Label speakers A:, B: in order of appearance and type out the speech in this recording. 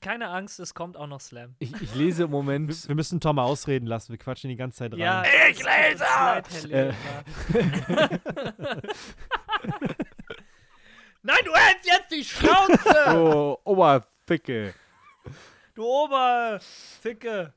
A: keine Angst, es kommt auch noch Slam.
B: Ich, ich lese im Moment.
C: Wir müssen Tom mal ausreden lassen. Wir quatschen die ganze Zeit rein.
A: ich lese!
B: Äh.
A: Nein, du hältst jetzt die Schnauze!
B: Oh, Oberficke.
A: Du Oberficke!